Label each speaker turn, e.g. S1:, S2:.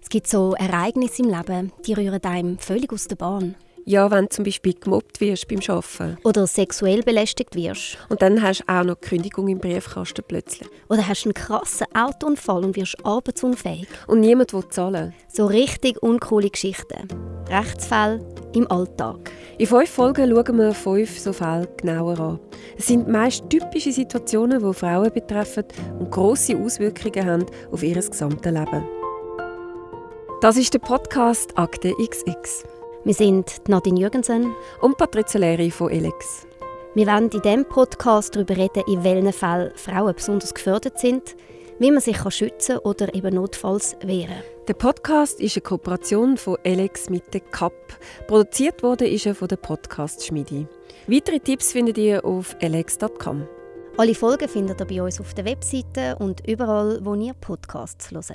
S1: Es gibt so Ereignisse im Leben, die rühren einem völlig aus der Bahn.
S2: Ja, wenn du zum Beispiel gemobbt wirst beim Arbeiten.
S1: Oder sexuell belästigt wirst.
S2: Und dann hast du auch noch die Kündigung im Briefkasten plötzlich.
S1: Oder hast einen krassen Autounfall und wirst arbeitsunfähig.
S2: Und niemand will zahlen.
S1: So richtig uncoole Geschichten. Rechtsfälle im Alltag.
S2: In fünf Folgen schauen wir fünf so Fälle genauer an. Es sind meist typische Situationen, die Frauen betreffen und grosse Auswirkungen haben auf ihr gesamtes Leben. Das ist der Podcast Akte XX.
S1: Wir sind die Nadine Jürgensen.
S2: Und Patrizia Leri von Elex.
S1: Wir wollen in diesem Podcast darüber reden, in welchen Fällen Frauen besonders gefördert sind, wie man sich schützen kann oder eben notfalls wehren kann.
S2: Der Podcast ist eine Kooperation von Elex mit der CAP. Produziert wurde ist er von der Podcast Schmiedi. Weitere Tipps findet ihr auf elex.com.
S1: Alle Folgen findet ihr bei uns auf der Webseite und überall, wo ihr Podcasts hört.